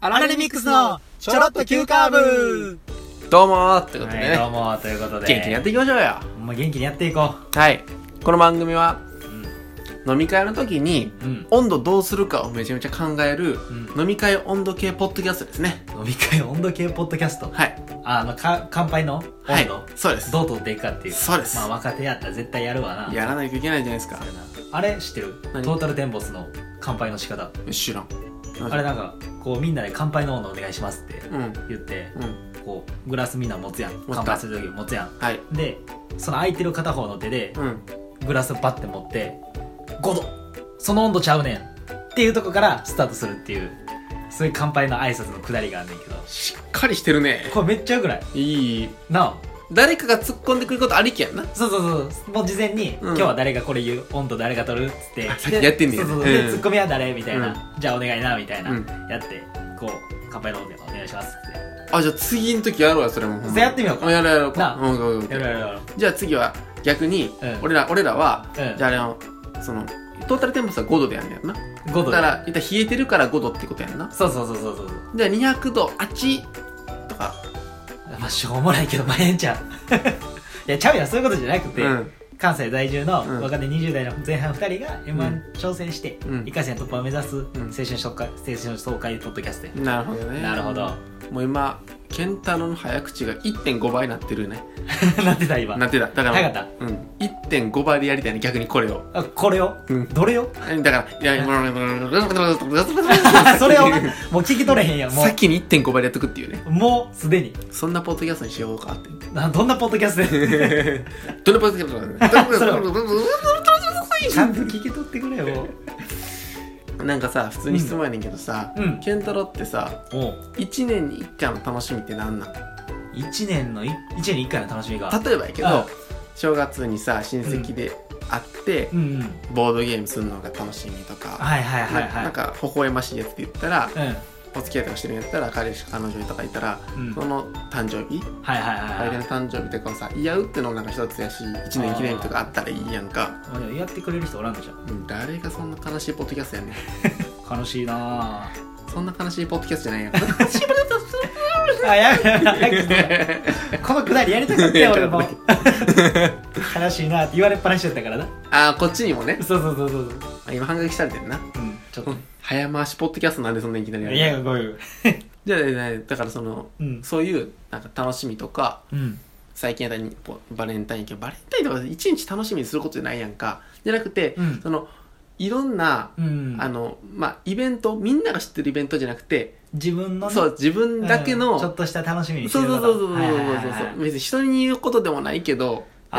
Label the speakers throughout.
Speaker 1: アラレミックスのちょろっと急カーブ
Speaker 2: どうもーってことで
Speaker 1: はい、
Speaker 2: ね、
Speaker 1: どうも、ということで。
Speaker 2: 元気にやっていきましょうよ
Speaker 1: もう元気にやっていこ
Speaker 2: はいこの番組は、飲み会の時に
Speaker 1: う。うん。
Speaker 2: 温度どうするかをめちゃめちゃ考える、
Speaker 1: うん
Speaker 2: 飲み会温度計ポッドキャストですね
Speaker 1: 飲み会温度計ポッドキャスト。
Speaker 2: はい
Speaker 1: あの、か乾杯の
Speaker 2: は
Speaker 1: 温
Speaker 2: い
Speaker 1: 度、
Speaker 2: そうです
Speaker 1: どう取っていくかっていう。
Speaker 2: そうです
Speaker 1: まあ、若手やったら絶対やるわな。
Speaker 2: やらないといけないじゃないですか
Speaker 1: そうやなあれ知ってる
Speaker 2: 何
Speaker 1: トータルテンボスの乾杯の仕方。
Speaker 2: 知らん
Speaker 1: あれなんか、こうみんなで乾杯の温度お願いしますって
Speaker 2: うん
Speaker 1: 言って、
Speaker 2: うん
Speaker 1: こう、グラスみんな持つやん。
Speaker 2: た
Speaker 1: 乾杯するとき持つやん。
Speaker 2: はい
Speaker 1: で、その空いてる片方の手で、
Speaker 2: うん
Speaker 1: グラスバッて持って5度その温度ちゃうねんっていうとこからスタートするっていうそういう乾杯の挨拶のくだりがあんねんけど
Speaker 2: しっかりしてるね
Speaker 1: これめっちゃよくない
Speaker 2: いい
Speaker 1: なあ
Speaker 2: 誰かが突っ込んでくることありきやんな
Speaker 1: そうそうそうもう事前に、今日は誰がこれ言う温度誰が取るっつって
Speaker 2: あさっ きやってんねや
Speaker 1: そうそうそうで
Speaker 2: うん
Speaker 1: ツッコミは誰みたいな、じゃあお願いなみたいな、
Speaker 2: うん
Speaker 1: やってこう乾杯の温度お願いしますっ
Speaker 2: あじゃあ次の時やろうよそれもほんま
Speaker 1: それやってみようか
Speaker 2: んやろうやろう
Speaker 1: なあ
Speaker 2: うんうんうん
Speaker 1: てやるやるやる
Speaker 2: じゃあ次は逆に、
Speaker 1: うん
Speaker 2: 俺ら俺らは、
Speaker 1: うん
Speaker 2: じゃああれのそのトータルテンポスは5度でやんねやんなだ
Speaker 1: 5度で
Speaker 2: から一旦冷えてるから5度ってことやんな
Speaker 1: そうそうそうそうそう
Speaker 2: じゃあ200度あっちとか
Speaker 1: まあしょうもないけどまあええんちゃういやちゃう やんそういうことじゃなくて、
Speaker 2: うん
Speaker 1: 関西在住の
Speaker 2: うん
Speaker 1: 若手20代の前半2人が m 1挑戦して
Speaker 2: うん
Speaker 1: 1回戦突破を目指す青
Speaker 2: ん
Speaker 1: 春紹介青春爽快ポッドキャストや
Speaker 2: なるほどね
Speaker 1: なるほど
Speaker 2: もう今ケンタロウの早口が1.5倍になってるね
Speaker 1: なってた今
Speaker 2: なってただから
Speaker 1: 早かっ
Speaker 2: うん、1.5倍でやりたいね逆にこれを
Speaker 1: あこれを
Speaker 2: うん
Speaker 1: どれ を
Speaker 2: だからいや
Speaker 1: あそれをな
Speaker 2: さ
Speaker 1: もう聞き取れへんやんも
Speaker 2: っきに1.5倍でやっとくっていうね
Speaker 1: うもうすでに
Speaker 2: そんなポッドキャストにしようかって
Speaker 1: などんなポッドキャスト で
Speaker 2: どのポッドキャスト
Speaker 1: それ
Speaker 2: だ
Speaker 1: は
Speaker 2: ろ
Speaker 1: ちゃんと聞き取ってくれよ もう
Speaker 2: うなんかさ普通に質問やねんけどさ、
Speaker 1: うん
Speaker 2: ケンタロウってさ
Speaker 1: もう
Speaker 2: 1年に1回の楽しみって何なの
Speaker 1: 1年の1年に1回の楽しみが
Speaker 2: 例えばやけ
Speaker 1: あ
Speaker 2: ど正月にさ親戚で会って、
Speaker 1: うんうん
Speaker 2: ボードゲームするのが楽しみとか、
Speaker 1: はいはいはい
Speaker 2: な
Speaker 1: は
Speaker 2: なんか微笑ましいやつって言ったら
Speaker 1: い
Speaker 2: お付き合いとかしてるんやったら彼氏彼女とかいたら、
Speaker 1: うんうん
Speaker 2: その誕生日
Speaker 1: はいはいはい
Speaker 2: 相手
Speaker 1: は
Speaker 2: の誕生日とかをさ祝うってのもなんか一つやし1年記念日とかあったらいいやんか、
Speaker 1: いまあでもやってくれる人おらんのじゃん
Speaker 2: うん、誰がそんな悲しいポッドキャスト やねん
Speaker 1: 悲しいなあ
Speaker 2: そんな悲しいポッドキャストじゃないやん 悲しいポッドキャス
Speaker 1: あやめろ早く来
Speaker 2: ト
Speaker 1: てこのくだりやりたかったよ俺も
Speaker 2: やり
Speaker 1: 悲しいなって言われっぱなしだったからな
Speaker 2: あーこっちにもね
Speaker 1: そうそうそうそうそう
Speaker 2: あ今反撃されてんな
Speaker 1: うんちょっと
Speaker 2: 早回しポッドキャストなんでそんないきなりやる
Speaker 1: いやごめん
Speaker 2: じゃあねだからその
Speaker 1: うん
Speaker 2: そういうなんか楽しみとか
Speaker 1: うん
Speaker 2: 最近やったらこうバレンタインやけどバレンタインとか一日楽しみにすることじゃないやんかじゃなくて、
Speaker 1: うん
Speaker 2: そのいろんな、
Speaker 1: うん
Speaker 2: あのまあイベントみんなが知ってるイベントじゃなくて、
Speaker 1: 自分のね
Speaker 2: そう自分だけの、
Speaker 1: うんちょっ
Speaker 2: そ
Speaker 1: とした楽しみ
Speaker 2: う
Speaker 1: にして
Speaker 2: そう
Speaker 1: る
Speaker 2: そう
Speaker 1: こ
Speaker 2: そう
Speaker 1: と
Speaker 2: そうそう
Speaker 1: はいはいはいはい
Speaker 2: そう別に人に言うことでもないけどやってることか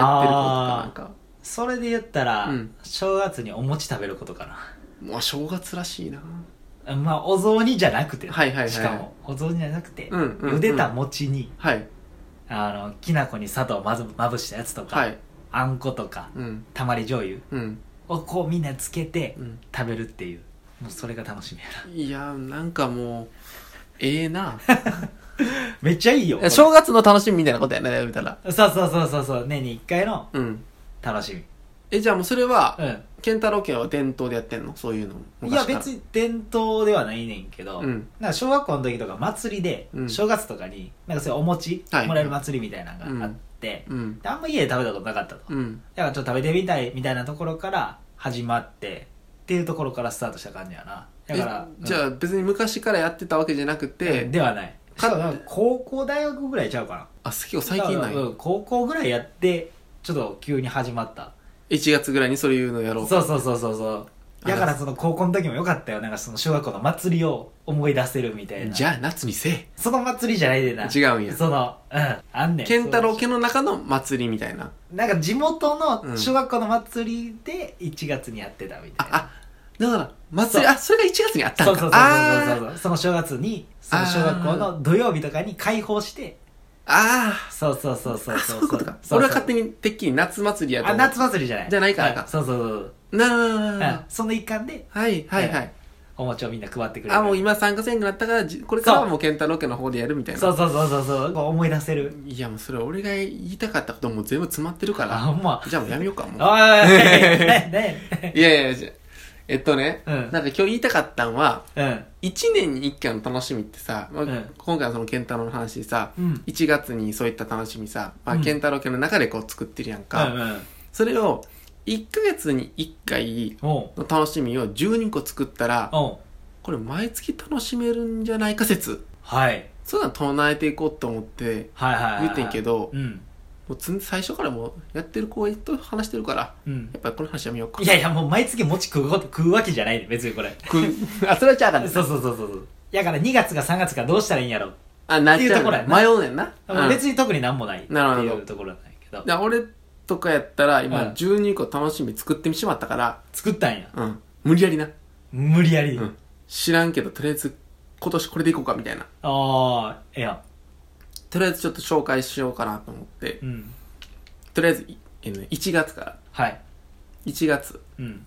Speaker 2: なんか
Speaker 1: それで言ったら
Speaker 2: うん
Speaker 1: 正月にお餅食べることかな
Speaker 2: もう正月らしいな
Speaker 1: まあお雑煮じゃなくて
Speaker 2: はいはいはい
Speaker 1: しかもお雑煮じゃなくて
Speaker 2: うんうんうん
Speaker 1: 茹でた餅に
Speaker 2: はい
Speaker 1: あのきな粉に砂糖をまずまぶしたやつと
Speaker 2: は
Speaker 1: か
Speaker 2: い
Speaker 1: あんことか
Speaker 2: うん
Speaker 1: たまり醤油
Speaker 2: うん
Speaker 1: をこうみんなつけて
Speaker 2: うん
Speaker 1: 食べるっていうもうそれが楽しみやない
Speaker 2: やーなんかもうええな
Speaker 1: めっちゃいいよ
Speaker 2: え正月の楽しみみたいなことやね言うたら
Speaker 1: そうそうそうそうそう年に1回の
Speaker 2: うん
Speaker 1: 楽しみ
Speaker 2: えじゃあもうそれは、
Speaker 1: う
Speaker 2: 健太郎家は伝統でやってんのそういうの
Speaker 1: んいや
Speaker 2: 昔から
Speaker 1: 別に伝統ではないねんけど、
Speaker 2: うん
Speaker 1: なんか小学校の時とか祭りで、
Speaker 2: うん
Speaker 1: 正月とかになんかそういうお餅
Speaker 2: はい
Speaker 1: もらえる祭りみたいなのがあって、
Speaker 2: うん
Speaker 1: であんま家で食べたことなかったと、
Speaker 2: うん
Speaker 1: だからちょっと食べてみたいみたいなところから始まってっていうところからスタートした感じやなだから
Speaker 2: えじゃあ別に昔からやってたわけじゃなくて、
Speaker 1: うんではないし
Speaker 2: か
Speaker 1: かもなんか高校大学ぐらいちゃうかな
Speaker 2: あ結構最近なんや、
Speaker 1: うん高校ぐらいやってちょっと急に始まった
Speaker 2: 1月ぐらいにそういうのやろう
Speaker 1: そうそうそうそうそう
Speaker 2: あ
Speaker 1: だからその高校の時もよかったよなんかその小学校の祭りを思い出せるみたいな
Speaker 2: じゃあ夏にせえ
Speaker 1: その祭りじゃないでな
Speaker 2: 違うんや
Speaker 1: そのうんあんねん
Speaker 2: 健太郎家の中の祭りみたいな
Speaker 1: そうなんか地元
Speaker 2: う
Speaker 1: の
Speaker 2: ん
Speaker 1: 小学校の祭りで1月にやってたみたいな、
Speaker 2: ああだから祭り
Speaker 1: そう
Speaker 2: あそれが1月にあった
Speaker 1: そ
Speaker 2: ん
Speaker 1: うそうそ
Speaker 2: か
Speaker 1: うそう
Speaker 2: あ
Speaker 1: そうその正月にその小学校の土曜日とかに開放して
Speaker 2: ああ
Speaker 1: そうそうそうそう
Speaker 2: あそういうことか
Speaker 1: そうそう
Speaker 2: 俺は勝手にてっきり夏祭りやと
Speaker 1: あ
Speaker 2: 思う
Speaker 1: 夏祭りじゃない
Speaker 2: じゃないからか
Speaker 1: うんそうそうそう、
Speaker 2: なあ
Speaker 1: うんその一環で
Speaker 2: はいはいはい、
Speaker 1: お餅をみんな配ってくれる
Speaker 2: あもう今参加せんくなったからじこれからはもう健太郎家の方でやるみたいな
Speaker 1: そうそうそうそうそうこう思い出せる
Speaker 2: いやもうそれ俺が言いたかったこともう全部詰まってるか
Speaker 1: あ
Speaker 2: ら
Speaker 1: ほんま
Speaker 2: じゃあもうやめようかもう
Speaker 1: おい、ね、ね、
Speaker 2: いやいやいやえっとね、
Speaker 1: うん
Speaker 2: なんか今日言いたかったんは、
Speaker 1: うん
Speaker 2: 1年に1回の楽しみってさ、まあ
Speaker 1: うん
Speaker 2: 今回のその健太郎の話でさ、
Speaker 1: うん
Speaker 2: 1月にそういった楽しみさ、まあ、
Speaker 1: うん
Speaker 2: 健太郎家の中でこう作ってるやん
Speaker 1: う
Speaker 2: か、
Speaker 1: んうん
Speaker 2: それを1ヶ月に1回
Speaker 1: おう
Speaker 2: の楽しみを12個作ったら、
Speaker 1: おう
Speaker 2: これ毎月楽しめるんじゃないか説。
Speaker 1: はい
Speaker 2: そういうの唱えていこうと思って
Speaker 1: はいはいはい
Speaker 2: 言ってんけど、
Speaker 1: うん
Speaker 2: もうつん最初からもうやってる子と話してるから、
Speaker 1: うん
Speaker 2: やっぱりこの話やめようか。
Speaker 1: いやいやもう毎月餅食うこと食うわけじゃないで別にこれ
Speaker 2: くあ、それはじゃあかんねん
Speaker 1: そうそうそうそうそうやから2月か3月かどうしたらいいんやろ
Speaker 2: あ、なっち
Speaker 1: っていう
Speaker 2: ゃ
Speaker 1: ところや
Speaker 2: う。
Speaker 1: な
Speaker 2: 迷うねんな。うん
Speaker 1: 別に特になんもないって
Speaker 2: なるほ
Speaker 1: い
Speaker 2: ど
Speaker 1: うところなんやけど
Speaker 2: だから俺とかやったら今
Speaker 1: うん
Speaker 2: 12個楽しみ作ってしまったから、
Speaker 1: 作ったんや
Speaker 2: うん、無理やりな、
Speaker 1: 無理やり、
Speaker 2: うん、知らんけどとりあえず今年これでいこうかみたいな
Speaker 1: ああええや
Speaker 2: とりあえずちょっと紹介しようかなと思って、
Speaker 1: んうん
Speaker 2: とりあえずいえーね1月から
Speaker 1: はい
Speaker 2: 1月
Speaker 1: うん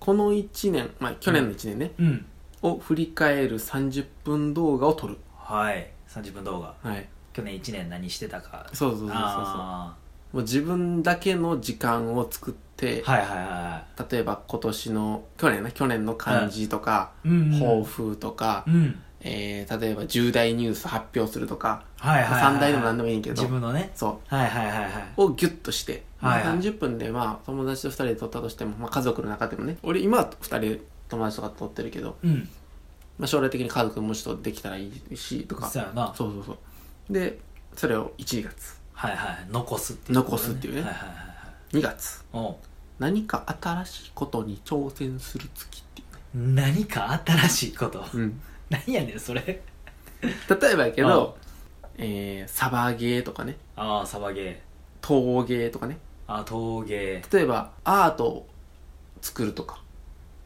Speaker 2: この1年まあ去年の1年ね、
Speaker 1: うん
Speaker 2: を振り返る30分動画を撮る
Speaker 1: はい30分動画
Speaker 2: はい
Speaker 1: 去年1年何してたか
Speaker 2: そうそうそうそうそう
Speaker 1: あ
Speaker 2: もう自分だけの時間を作って、
Speaker 1: ーはいはいは
Speaker 2: 例えば今年の去年な去年の漢字とか、
Speaker 1: いうん
Speaker 2: 抱負とか、
Speaker 1: うん
Speaker 2: えー、例えば重大ニュース発表するとか、
Speaker 1: はいはいはいはい
Speaker 2: 三大でも何でもいいけど
Speaker 1: 自分のね
Speaker 2: そ、
Speaker 1: はいはいはいはいう
Speaker 2: をギュッとして、
Speaker 1: はいはい
Speaker 2: 30分でまあ友達と2人で撮ったとしても、まあ、家族の中でもね、俺今は2人で友達とかと撮ってるけど、
Speaker 1: うん
Speaker 2: まあ、将来的に家族もちょっとできたらいいしとか、
Speaker 1: そうやな
Speaker 2: そうそうそう。で、それを1月、
Speaker 1: はいはい残すっていう
Speaker 2: 残すっていうね
Speaker 1: はいはいはいはい
Speaker 2: 2月、
Speaker 1: おう
Speaker 2: 何か新しいことに挑戦する月っていうね。
Speaker 1: 何か新しいこと 何やねんそれ
Speaker 2: 例えばやけど、えー、サバゲーとかね、
Speaker 1: ああサバゲー
Speaker 2: 陶芸とかね、
Speaker 1: あー陶芸
Speaker 2: 例えばアートを作るとか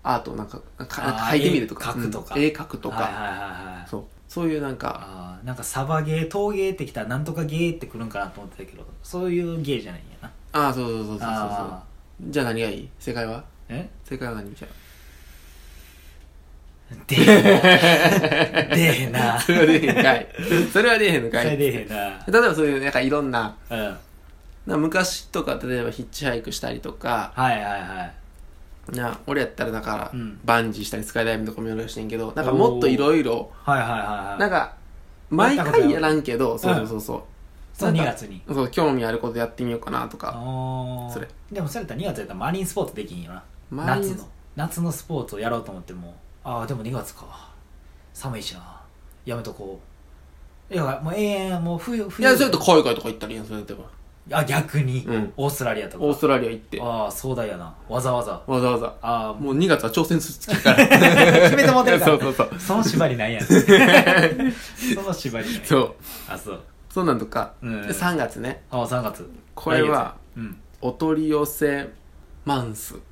Speaker 2: アートをなんかなんかなんか描いてみるとか
Speaker 1: あー絵描くとか
Speaker 2: うん絵描くとか、
Speaker 1: はいはいはいはい
Speaker 2: そうそういうなんか
Speaker 1: あーなんかサバゲー陶芸ってきたらなんとかゲーってくるんかなと思ってたけどそういうゲーじゃないんやな
Speaker 2: ああそうそうそうそうそう
Speaker 1: あ
Speaker 2: そうじゃあ何がいい正解は
Speaker 1: ーえ
Speaker 2: 正解は何じゃ
Speaker 1: でえなでえな
Speaker 2: あそれは出えへん かいそれは出えへんの
Speaker 1: そ
Speaker 2: か
Speaker 1: れ
Speaker 2: い
Speaker 1: でえ
Speaker 2: 例えばそういうなんかいろんな
Speaker 1: なうん
Speaker 2: な昔とか例えばヒッチハイクしたりとか
Speaker 1: はいはいはい
Speaker 2: な俺やったらだから、
Speaker 1: うん
Speaker 2: バンジーしたりスカイダイビングとかもいろいろしてんけどなんかもっといろいろ
Speaker 1: はいはいはいはい
Speaker 2: なんか毎回やらんけど
Speaker 1: たこ
Speaker 2: そう
Speaker 1: とや
Speaker 2: そ
Speaker 1: る
Speaker 2: うそうそう
Speaker 1: そう2月に
Speaker 2: そう興味あることやってみようかなとか
Speaker 1: あー
Speaker 2: それ
Speaker 1: でもそれやったら2月やったらマリンスポーツできんよな
Speaker 2: マリン
Speaker 1: 夏の夏のスポーツをやろうと思ってもああでも2月か寒いしなやめとこういやもう永遠もう冬
Speaker 2: い
Speaker 1: 冬
Speaker 2: や、それと海外とか行ったらいいやん、それ例えば。
Speaker 1: あ逆に、
Speaker 2: うん
Speaker 1: オーストラリアとか
Speaker 2: オーストラリア行って。わ
Speaker 1: ああ壮大やなわざわざ
Speaker 2: ざわざ。
Speaker 1: ああも
Speaker 2: もう2月は挑戦する月から。
Speaker 1: う 決めてもってるか
Speaker 2: そう
Speaker 1: ら
Speaker 2: そうそう。
Speaker 1: その縛りなん やねんその縛りなんや
Speaker 2: そう。
Speaker 1: あそう
Speaker 2: そうなんとか。
Speaker 1: うん
Speaker 2: で、3月ね。
Speaker 1: あ3月
Speaker 2: これは、
Speaker 1: 来月
Speaker 2: お取り寄せマンス。
Speaker 1: うん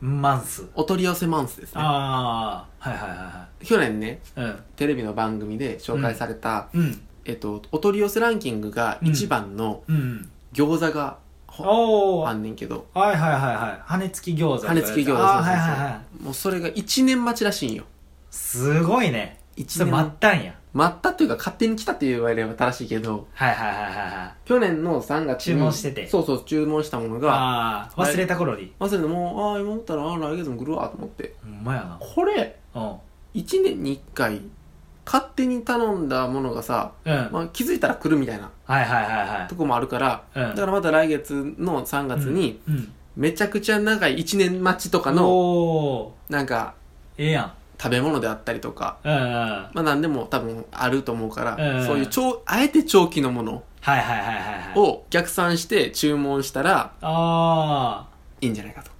Speaker 1: マンス
Speaker 2: お取り寄せマンスですね。
Speaker 1: ああはいはいは
Speaker 2: 去年ね、
Speaker 1: いはい
Speaker 2: テレビの番組で紹介された、
Speaker 1: うんうん
Speaker 2: えっと、お取り寄せランキングが1番の
Speaker 1: うん
Speaker 2: 餃子が、ほ
Speaker 1: おお
Speaker 2: あ
Speaker 1: はい
Speaker 2: んねんけど、
Speaker 1: はいはいはい羽根付き餃子
Speaker 2: 羽根付き餃子。
Speaker 1: あー
Speaker 2: そう
Speaker 1: はい
Speaker 2: そうそう
Speaker 1: はいはい
Speaker 2: もうそれが1年待ちらしいんよ。
Speaker 1: すごいねそ
Speaker 2: 1
Speaker 1: れ待
Speaker 2: 年
Speaker 1: ったんや
Speaker 2: 待ったというか勝手に来たって言われれば正しいけど、
Speaker 1: はいはいはいはいはい
Speaker 2: 去年の3月に
Speaker 1: 注文してて
Speaker 2: そうそう注文したものが
Speaker 1: ああ忘れた頃に
Speaker 2: 忘れてもうああ今思ったらあー来月も来るわと思って
Speaker 1: ほんまやな
Speaker 2: これ
Speaker 1: うん
Speaker 2: 1年に1回勝手に頼んだものがさ、
Speaker 1: うん
Speaker 2: まあ、気づいたら来るみたいな
Speaker 1: はいはいはいはい
Speaker 2: とこもあるから、
Speaker 1: うん
Speaker 2: だからまた来月の3月に
Speaker 1: うん
Speaker 2: めちゃくちゃ長い1年待ちとかの
Speaker 1: おー
Speaker 2: なんか
Speaker 1: ええやん
Speaker 2: 食べ物であったりとか
Speaker 1: うんうんはい
Speaker 2: まあ何でも多分あると思うから、
Speaker 1: うん
Speaker 2: そういう超あえて長期のもの
Speaker 1: はいはいはいはいはい
Speaker 2: を逆算して注文したら
Speaker 1: あ
Speaker 2: いいんじゃないかと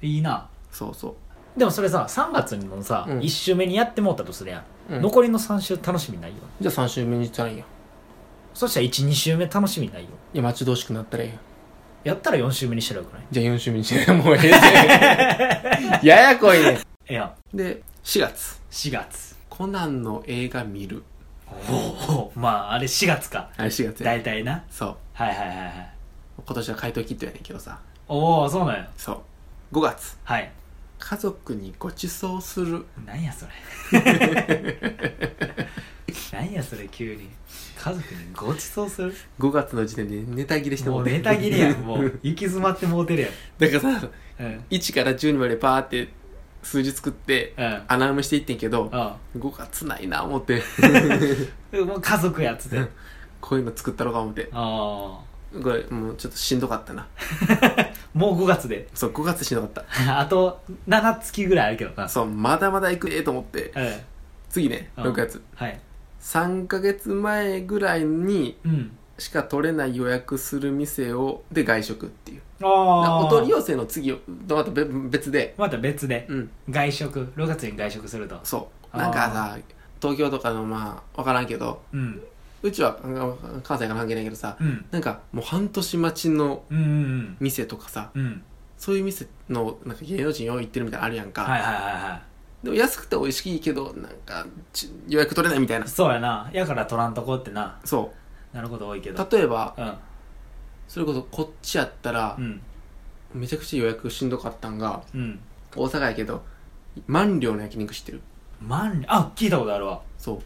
Speaker 1: ーいいな
Speaker 2: そうそ
Speaker 1: でもそれさ3月のさ、
Speaker 2: うん
Speaker 1: 一1週目にやってもうたとするやん、
Speaker 2: う、うん
Speaker 1: 残りの3週楽しみないよ
Speaker 2: じゃあ3週目に行ったらいいよ
Speaker 1: そしたら12週目楽しみないよ
Speaker 2: いや待ち遠しくなったらいいよ
Speaker 1: やったら4週目にしたらよくない
Speaker 2: じゃあ4週目にしてもうええぜややこいね
Speaker 1: ええやん
Speaker 2: で4月
Speaker 1: 4月
Speaker 2: コナンの映画見る
Speaker 1: おおまああれ4月か
Speaker 2: あれ4月や
Speaker 1: 大体な
Speaker 2: そう
Speaker 1: はいはいはいはい
Speaker 2: 今年は回答キットやねんけどさ
Speaker 1: おおそうなんや
Speaker 2: そう5月
Speaker 1: はい
Speaker 2: 家族にご馳走する
Speaker 1: なんやそ れなんやそれ急に家族にご馳走する
Speaker 2: 5月の時点でネタ切れして
Speaker 1: もう
Speaker 2: て
Speaker 1: ネタ切 れやんもう行き詰まってもうてる
Speaker 2: だからさ
Speaker 1: やん、うん、
Speaker 2: 1から12までパーって数字作って
Speaker 1: うん
Speaker 2: 穴埋めしていってんけど
Speaker 1: あ
Speaker 2: 5月ないな思って
Speaker 1: もう家族やっつってあ
Speaker 2: こういうの作ったろか思って
Speaker 1: あ
Speaker 2: これもうちょっとしんどかったな
Speaker 1: もう5月で
Speaker 2: そう5月しんどかっ
Speaker 1: あと7月ぐらいあるけどな
Speaker 2: たそうまだまだ行くえと思って
Speaker 1: うん
Speaker 2: 次ね
Speaker 1: うん
Speaker 2: 6月
Speaker 1: はい
Speaker 2: 3ヶ月前ぐらいに
Speaker 1: うん
Speaker 2: しか取れない予約する店をで外食っていう
Speaker 1: ああ
Speaker 2: お取り寄せの次をまた別別で
Speaker 1: また別で
Speaker 2: うん
Speaker 1: 外食6月に外食すると
Speaker 2: そう
Speaker 1: あー
Speaker 2: なんかさ東京とかのまあ分からんけど
Speaker 1: うん
Speaker 2: うちはあの関西から関係ないけどさ
Speaker 1: うん
Speaker 2: なんかもう半年待ちの
Speaker 1: うんうん
Speaker 2: 店とかさ
Speaker 1: うんうん
Speaker 2: そういう店のなんか芸能人よう行ってるみたいなのあるやんか、
Speaker 1: はいはいはいは
Speaker 2: でも安くて美味しいけどなんかち予約取れないみたいない
Speaker 1: そうやなやから取らんとこってな
Speaker 2: そ
Speaker 1: なること多いけど
Speaker 2: う例えば
Speaker 1: うん
Speaker 2: それこそこっちやったら
Speaker 1: う、ん
Speaker 2: めちゃくちゃ予約しんどかったんが
Speaker 1: うん
Speaker 2: 大阪やけど万両の焼肉知ってる
Speaker 1: 万あ聞いたことあるわ
Speaker 2: そう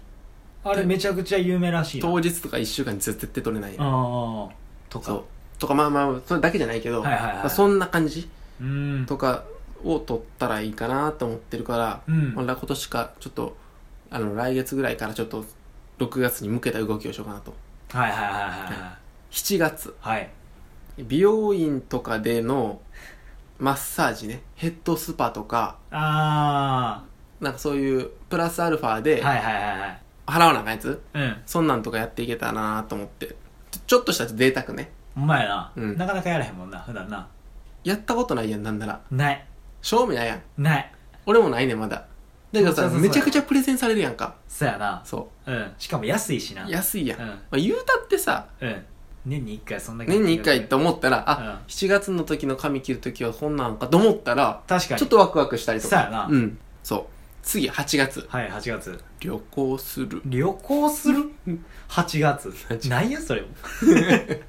Speaker 1: あれ
Speaker 2: で
Speaker 1: めちゃくちゃ有名らしいな
Speaker 2: 当日とか1週間に絶対取れない、
Speaker 1: ああとか
Speaker 2: そうとかまあまあそれだけじゃないけど、
Speaker 1: はいはいはい
Speaker 2: そんな感じ
Speaker 1: うーん
Speaker 2: とかを取ったらいいかなと思ってるから、
Speaker 1: うん
Speaker 2: まあ今年かちょっとあの来月ぐらいからちょっと6月に向けた動きをしようかなと
Speaker 1: はいはいはいはい
Speaker 2: 7月
Speaker 1: はいはい
Speaker 2: 美容院とかでのマッサージねヘッドスパとか
Speaker 1: あ
Speaker 2: なんかそういうプラスアルファで
Speaker 1: あはいはいはいはい
Speaker 2: 払わなあかんやつ
Speaker 1: うん
Speaker 2: そんなんとかやっていけたらなと思ってちょちょっとした贅沢ね
Speaker 1: うまいな、
Speaker 2: うん
Speaker 1: なかなかやらへんもんな普段な
Speaker 2: やったことないやんなんなら
Speaker 1: ない
Speaker 2: 正味ないやん
Speaker 1: ない
Speaker 2: 俺もないねんまだだけど
Speaker 1: そ
Speaker 2: さ
Speaker 1: うそうそう
Speaker 2: めちゃくちゃプレゼンされるやんか
Speaker 1: そやな
Speaker 2: そ
Speaker 1: うんしかも安いしな
Speaker 2: う安いやん、
Speaker 1: う
Speaker 2: ま
Speaker 1: ん
Speaker 2: あ、言うたってさ
Speaker 1: うん年に1回そんだけ
Speaker 2: 年に1回って思ったらあ、
Speaker 1: うん
Speaker 2: 7月の時の髪切る時はこんなんかと思ったら
Speaker 1: 確かに
Speaker 2: ちょっとワクワクしたりと
Speaker 1: そうや
Speaker 2: か
Speaker 1: な
Speaker 2: うんそう次8月
Speaker 1: はい8月
Speaker 2: 旅行する
Speaker 1: 旅行する8月
Speaker 2: 月
Speaker 1: なんやそれ
Speaker 2: 例え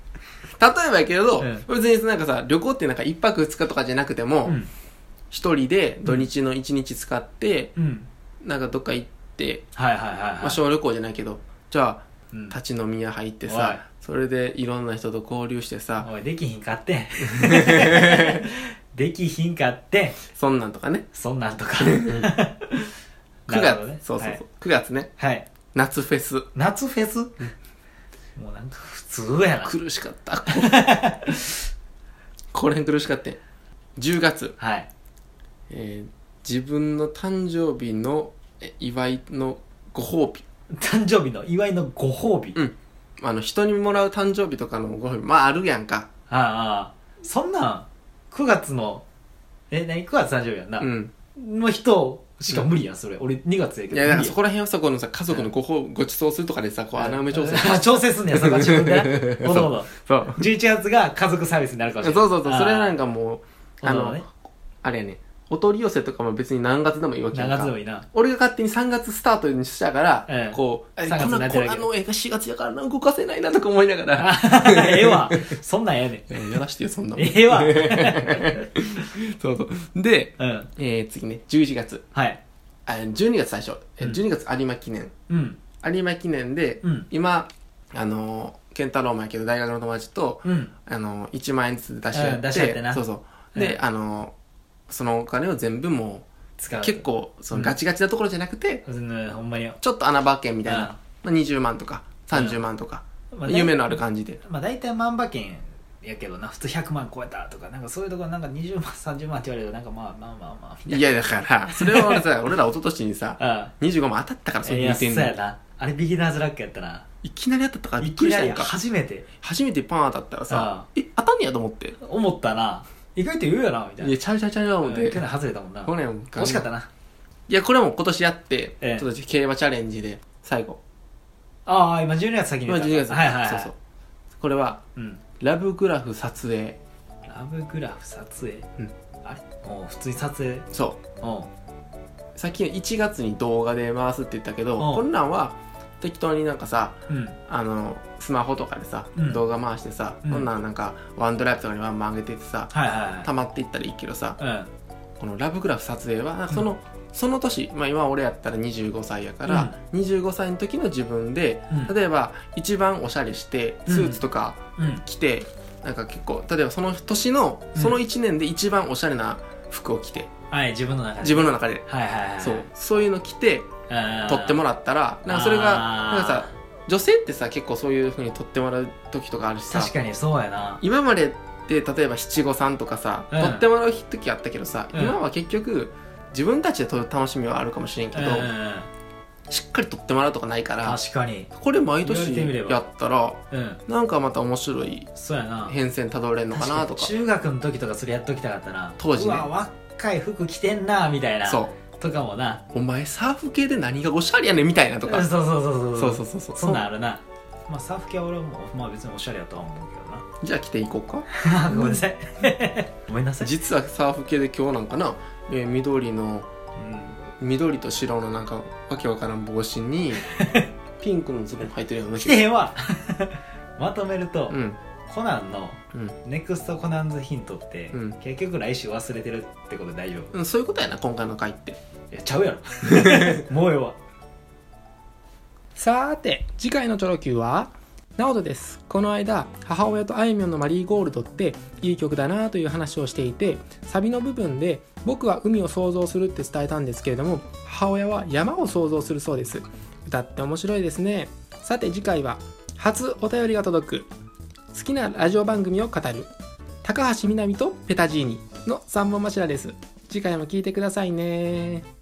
Speaker 2: ばやけれど、
Speaker 1: うん
Speaker 2: 別になんかさ旅行ってなんか1泊2日とかじゃなくても
Speaker 1: うん
Speaker 2: 一、人で土日の1日使って、
Speaker 1: うん
Speaker 2: なんかどっか行って、
Speaker 1: はいはいはいはい、
Speaker 2: まあ、小旅行じゃないけどじゃあ
Speaker 1: うん
Speaker 2: 立ち飲み屋入って
Speaker 1: おい
Speaker 2: さそれでいろんな人と交流してさ
Speaker 1: おいできひんかって できひんかって
Speaker 2: そんなんとかね
Speaker 1: そん なんとか
Speaker 2: 9
Speaker 1: なる
Speaker 2: 月
Speaker 1: ほ、どね
Speaker 2: そうそうそ
Speaker 1: は
Speaker 2: う、
Speaker 1: い
Speaker 2: 9月ね
Speaker 1: はい
Speaker 2: 夏フェス
Speaker 1: 夏フェスもうなんか普通やな
Speaker 2: 苦しかった これ苦しかった10月、
Speaker 1: はい
Speaker 2: えー自分の誕生日のえ祝いのご褒美
Speaker 1: 誕生日の祝いのご褒美、
Speaker 2: うんあの人にもらう誕生日とかのご褒美まああるやんか
Speaker 1: ああああそんなん9月のえ何9月誕生日やんな、
Speaker 2: うん
Speaker 1: の人しか無理やんそれ、俺2月やけ
Speaker 2: い
Speaker 1: ど
Speaker 2: やだから
Speaker 1: 無理
Speaker 2: そこら辺はさこのさ家族のご褒、ごちそうするとかでさこう穴埋め調整
Speaker 1: あ 調整すんねやそこは自分でな
Speaker 2: そう
Speaker 1: ほどほど
Speaker 2: そう
Speaker 1: 11月が家族サービスになるかもし
Speaker 2: そ
Speaker 1: れ
Speaker 2: う
Speaker 1: ない
Speaker 2: そうそうそれなん
Speaker 1: か
Speaker 2: かもう
Speaker 1: あ
Speaker 2: あ
Speaker 1: の
Speaker 2: の
Speaker 1: ね
Speaker 2: あれやねお取り寄せとかも別に何月でもいいわけやん
Speaker 1: 長
Speaker 2: か
Speaker 1: 月もいいな
Speaker 2: 俺が勝手に3月スタートにしたから、
Speaker 1: ええ
Speaker 2: こう、え
Speaker 1: 3月
Speaker 2: こ
Speaker 1: にな
Speaker 2: の
Speaker 1: って
Speaker 2: こ
Speaker 1: るわ
Speaker 2: あ
Speaker 1: け
Speaker 2: の映画4月やからな動かせないなとか思いながら、
Speaker 1: ええわそんなんええねん
Speaker 2: えーやらしてよ、そんなもん。
Speaker 1: ええ わ
Speaker 2: そうそう。で、
Speaker 1: うん
Speaker 2: えー次ね、11月。
Speaker 1: はい
Speaker 2: あ12月最初。え
Speaker 1: うん
Speaker 2: 12月有馬記念。
Speaker 1: うん
Speaker 2: 有馬記念で、
Speaker 1: うん
Speaker 2: 今、あのー、健太郎もやけど、大学の友達と、
Speaker 1: うん
Speaker 2: あのー、1万円ずつ出し合って、
Speaker 1: うん出し合ってな
Speaker 2: そうそう。で、
Speaker 1: う
Speaker 2: あのー、そのお金を全部も
Speaker 1: 使
Speaker 2: う、
Speaker 1: う
Speaker 2: 結構、そ
Speaker 1: うん
Speaker 2: のガチガチなところじゃなくて、
Speaker 1: うんほんまに
Speaker 2: ちょっと穴場券みたいな、まあ、20万とか30万とか、
Speaker 1: まあ
Speaker 2: 夢のある感じで
Speaker 1: まあ大体万馬券やけどな普通100万超えたとかなんかそういうとこなんか20万30万って言われるとなんかまあまあまあまあみたい
Speaker 2: いやだからそれは俺 さ俺ら一昨年にさ
Speaker 1: な
Speaker 2: 25万当たったからそ
Speaker 1: うんい
Speaker 2: れ
Speaker 1: や
Speaker 2: 見
Speaker 1: そう
Speaker 2: てん
Speaker 1: や
Speaker 2: の
Speaker 1: なあれビギナーズラックやったない
Speaker 2: きなり当たったからび
Speaker 1: い
Speaker 2: っく
Speaker 1: き
Speaker 2: りし
Speaker 1: な
Speaker 2: た
Speaker 1: り
Speaker 2: やんか
Speaker 1: 初めて
Speaker 2: 初めてパン当たったらさえ当たんねやと思って
Speaker 1: 思ったな意外と言うよなみたい
Speaker 2: い
Speaker 1: な
Speaker 2: やちゃうちゃうちゃうよ思っ
Speaker 1: うん
Speaker 2: て
Speaker 1: 去年外れたもんな
Speaker 2: 去年
Speaker 1: 惜しかったない
Speaker 2: やこれも今年やって、
Speaker 1: ええ
Speaker 2: ちょっと競馬チャレンジで最後
Speaker 1: ああ今12月先に
Speaker 2: 今
Speaker 1: 出た
Speaker 2: 12月、
Speaker 1: はいはいはい
Speaker 2: そうそうこれは
Speaker 1: うん
Speaker 2: ラブグラフ撮影
Speaker 1: ラブグラフ撮影、
Speaker 2: うん
Speaker 1: あれおう普通に撮影
Speaker 2: そう
Speaker 1: おう
Speaker 2: さっき1月に動画で回すって言ったけど
Speaker 1: うん
Speaker 2: こんなんは適当になんかさ
Speaker 1: うん
Speaker 2: あのスマホとかでさ、
Speaker 1: うん
Speaker 2: 動画回してさ、
Speaker 1: うん
Speaker 2: こんなんなんかワンドライブとかにワンマン上げててさ
Speaker 1: はいはい
Speaker 2: 溜まっていったらいいけどさ
Speaker 1: はい
Speaker 2: このラブグラフ撮影はなんかその、その年、まあ、今俺やったら25歳やから、25歳の時の自分で
Speaker 1: うん
Speaker 2: 例えば一番おしゃれして
Speaker 1: うん
Speaker 2: スーツとか
Speaker 1: うんうん
Speaker 2: 着て、なんか結構例えばその年のその1年で一番おしゃれな服を着て、
Speaker 1: はい自分の中で
Speaker 2: 自分の中で
Speaker 1: はいはいはい
Speaker 2: そうそういうの着て
Speaker 1: あー
Speaker 2: 撮ってもらったらなんかそれが
Speaker 1: あー
Speaker 2: なんかさ女性ってさ結構そういうふうに撮ってもらう時とかあるしさ
Speaker 1: 確かにそうやな
Speaker 2: 今までって例えば七五三とかさ、
Speaker 1: うん
Speaker 2: 撮ってもらう時あったけどさ、
Speaker 1: うん
Speaker 2: 今は結局自分たちで撮る楽しみはあるかもしれんけ
Speaker 1: うん
Speaker 2: ど、しっかり撮ってもらうとかないから
Speaker 1: 確かに
Speaker 2: これ毎年
Speaker 1: 言われてみれば
Speaker 2: やったら
Speaker 1: うん
Speaker 2: なんかまた面白い
Speaker 1: そうやな
Speaker 2: 変遷たどれんのかなとか
Speaker 1: 確に中学の時とかそれやっときたかったな
Speaker 2: 当時ね
Speaker 1: うわ若い服着てんなみたいな
Speaker 2: そう
Speaker 1: とかもな
Speaker 2: お前サーフ系で何がおしゃれやねんみたいなと
Speaker 1: う
Speaker 2: か
Speaker 1: んそうそうそうそう
Speaker 2: そうそうそうそう
Speaker 1: そんなんあるなまあサーフ系は俺もまあ別におしゃれやとは思うけ
Speaker 2: じゃあ着ていこうか
Speaker 1: どな ごめんなさいごめんな さい
Speaker 2: 実はサーフ系で今日なんかな、えー緑の
Speaker 1: うん
Speaker 2: 緑と白のなんかわけわからん帽子 にピンクのズボン履いてるような
Speaker 1: 来てへんわ まとめると、
Speaker 2: うん
Speaker 1: コナンの
Speaker 2: うん
Speaker 1: ネクストコナンズヒントって、
Speaker 2: うん
Speaker 1: 結局来週忘れてるってことで大丈夫
Speaker 2: うん、そういうことやな今回の回って
Speaker 1: いやちゃうや ろもうええわ
Speaker 2: さーて次回のチョロ Q はナオトですこの間母親とあいみょんの「マリーゴールド」っていい曲だなという話をしていてサビの部分で「僕は海を想像する」って伝えたんですけれども母親は山を想像するそうです歌って面白いですねさて次回は初お便りが届く好きなラジオ番組を語る高橋みなみとペタジーニの三本柱です次回も聞いてくださいね